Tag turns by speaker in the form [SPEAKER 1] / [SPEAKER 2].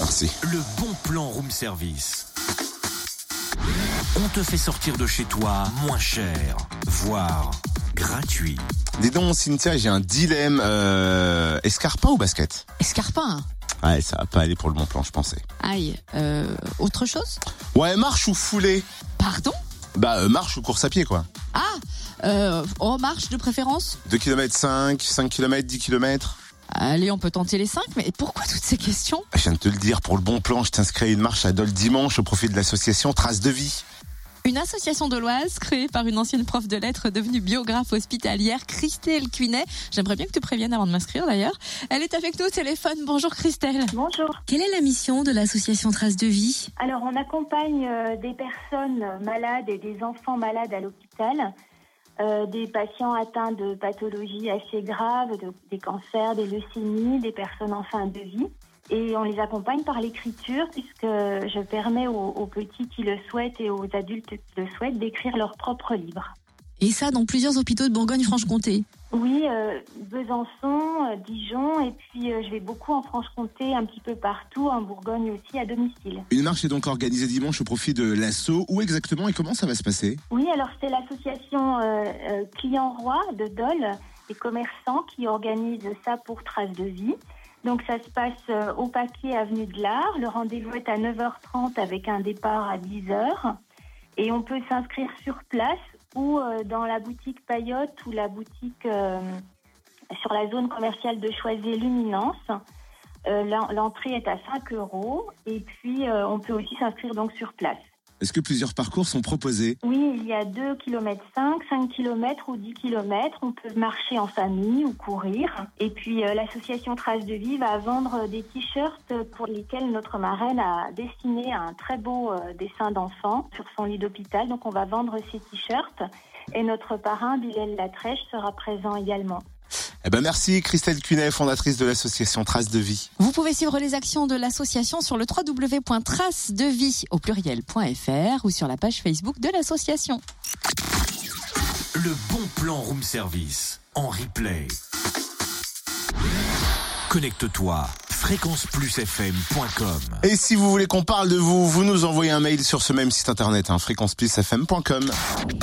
[SPEAKER 1] Merci.
[SPEAKER 2] Le bon plan room service. On te fait sortir de chez toi moins cher, voire gratuit.
[SPEAKER 1] Dis donc, Cynthia, j'ai un dilemme. Euh, escarpin ou basket
[SPEAKER 3] Escarpin.
[SPEAKER 1] Ouais, ça va pas aller pour le bon plan, je pensais.
[SPEAKER 3] hein. Aïe. Euh, autre chose
[SPEAKER 1] Ouais, marche ou foulée
[SPEAKER 3] Pardon
[SPEAKER 1] Bah, euh, marche ou course à pied, quoi.
[SPEAKER 3] Ah euh, En marche de préférence
[SPEAKER 1] 2 km 5, 5 km, 10 km.
[SPEAKER 3] Allez, on peut tenter les 5, mais pourquoi toutes ces questions
[SPEAKER 1] Bah, Je viens de te le dire, pour le bon plan, je t'inscris à une marche à Dole dimanche au profit de l'association Traces de Vie.
[SPEAKER 3] Une association de l'Oise créée par une ancienne prof de lettres devenue biographe hospitalière, Christelle Cuinet. J'aimerais bien que tu préviennes avant de m'inscrire d'ailleurs. Elle est avec nous au téléphone. Bonjour Christelle.
[SPEAKER 4] Bonjour.
[SPEAKER 3] Quelle est la mission de l'association Trace de Vie
[SPEAKER 4] Alors, on accompagne euh, des personnes malades et des enfants malades à l'hôpital, euh, des patients atteints de pathologies assez graves, de- des cancers, des leucémies, des personnes en fin de vie. Et on les accompagne par l'écriture, puisque je permets aux, aux petits qui le souhaitent et aux adultes qui le souhaitent d'écrire leur propre livre.
[SPEAKER 3] Et ça dans plusieurs hôpitaux de Bourgogne-Franche-Comté.
[SPEAKER 4] Oui, euh, Besançon, euh, Dijon, et puis euh, je vais beaucoup en Franche-Comté, un petit peu partout, en Bourgogne aussi, à domicile.
[SPEAKER 1] Une marche est donc organisée dimanche au profit de l'assaut. Où exactement et comment ça va se passer
[SPEAKER 4] Oui, alors c'est l'association euh, euh, Clients Rois de Dole, des commerçants qui organisent ça pour Trace de Vie. Donc ça se passe euh, au Paquet Avenue de l'Art. Le rendez-vous est à 9h30 avec un départ à 10h. Et on peut s'inscrire sur place ou euh, dans la boutique Payotte ou la boutique euh, sur la zone commerciale de Choisy Luminance. Euh, l'en- L'entrée est à 5 euros et puis euh, on peut aussi s'inscrire donc sur place.
[SPEAKER 1] Est-ce que plusieurs parcours sont proposés
[SPEAKER 4] Oui, il y a 2 km 5, 5 km ou 10 km. On peut marcher en famille ou courir. Et puis euh, l'association Trace de Vie va vendre euh, des t-shirts pour lesquels notre marraine a dessiné un très beau euh, dessin d'enfant sur son lit d'hôpital. Donc on va vendre ces t-shirts. Et notre parrain, Bilal Latrèche, sera présent également.
[SPEAKER 1] Eh ben merci Christelle Cunet, fondatrice de l'association Traces de Vie.
[SPEAKER 3] Vous pouvez suivre les actions de l'association sur le www.tracedevie au pluriel.fr ou sur la page Facebook de l'association.
[SPEAKER 2] Le bon plan room service en replay. Connecte-toi fréquenceplusfm.com.
[SPEAKER 1] Et si vous voulez qu'on parle de vous, vous nous envoyez un mail sur ce même site internet, hein, fréquenceplusfm.com.